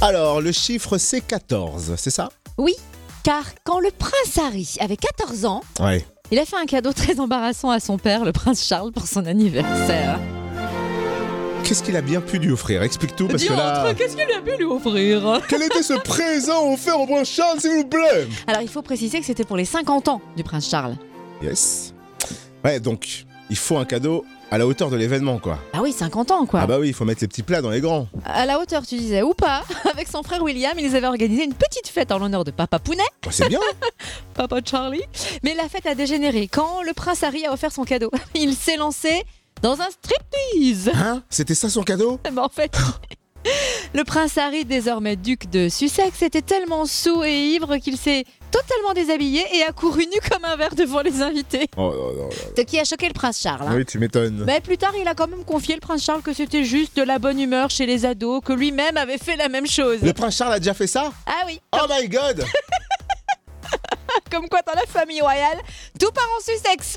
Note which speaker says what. Speaker 1: Alors, le chiffre, c'est 14, c'est ça
Speaker 2: Oui, car quand le prince Harry avait 14 ans,
Speaker 1: Ouais.
Speaker 2: il a fait un cadeau très embarrassant à son père, le prince Charles, pour son anniversaire.
Speaker 1: Oh, Qu'est-ce qu'il a bien pu lui offrir Explique tout, parce que là...
Speaker 2: qu'est-ce qu'il a pu lui offrir
Speaker 1: Quel était ce présent offert au prince Charles, s'il vous plaît
Speaker 2: Alors il faut préciser que c'était pour les 50 ans du prince Charles.
Speaker 1: Yes. Ouais, donc, il faut un cadeau à la hauteur de l'événement, quoi.
Speaker 2: Ah oui, 50 ans quoi.
Speaker 1: Ah bah oui, il faut mettre les petits plats dans les grands.
Speaker 2: À la hauteur, tu disais, ou pas. Avec son frère William, ils avaient organisé une petite fête en l'honneur de Papa Pounet,
Speaker 1: Bah, c'est bien
Speaker 2: Papa Charlie. Mais la fête a dégénéré quand le prince Harry a offert son cadeau. Il s'est lancé dans un striptease.
Speaker 1: Hein C'était ça son cadeau
Speaker 2: Mais en fait. Le prince Harry, désormais duc de Sussex, était tellement saoul et ivre qu'il s'est totalement déshabillé et a couru nu comme un verre devant les invités.
Speaker 1: Oh non, non, non.
Speaker 2: Ce qui a choqué le prince Charles. hein.
Speaker 1: Oui, tu m'étonnes.
Speaker 2: Mais plus tard, il a quand même confié le prince Charles que c'était juste de la bonne humeur chez les ados, que lui-même avait fait la même chose.
Speaker 1: Le prince Charles a déjà fait ça
Speaker 2: Ah oui,
Speaker 1: Oh my god
Speaker 2: comme quoi dans la famille royale, tout part en Sussex.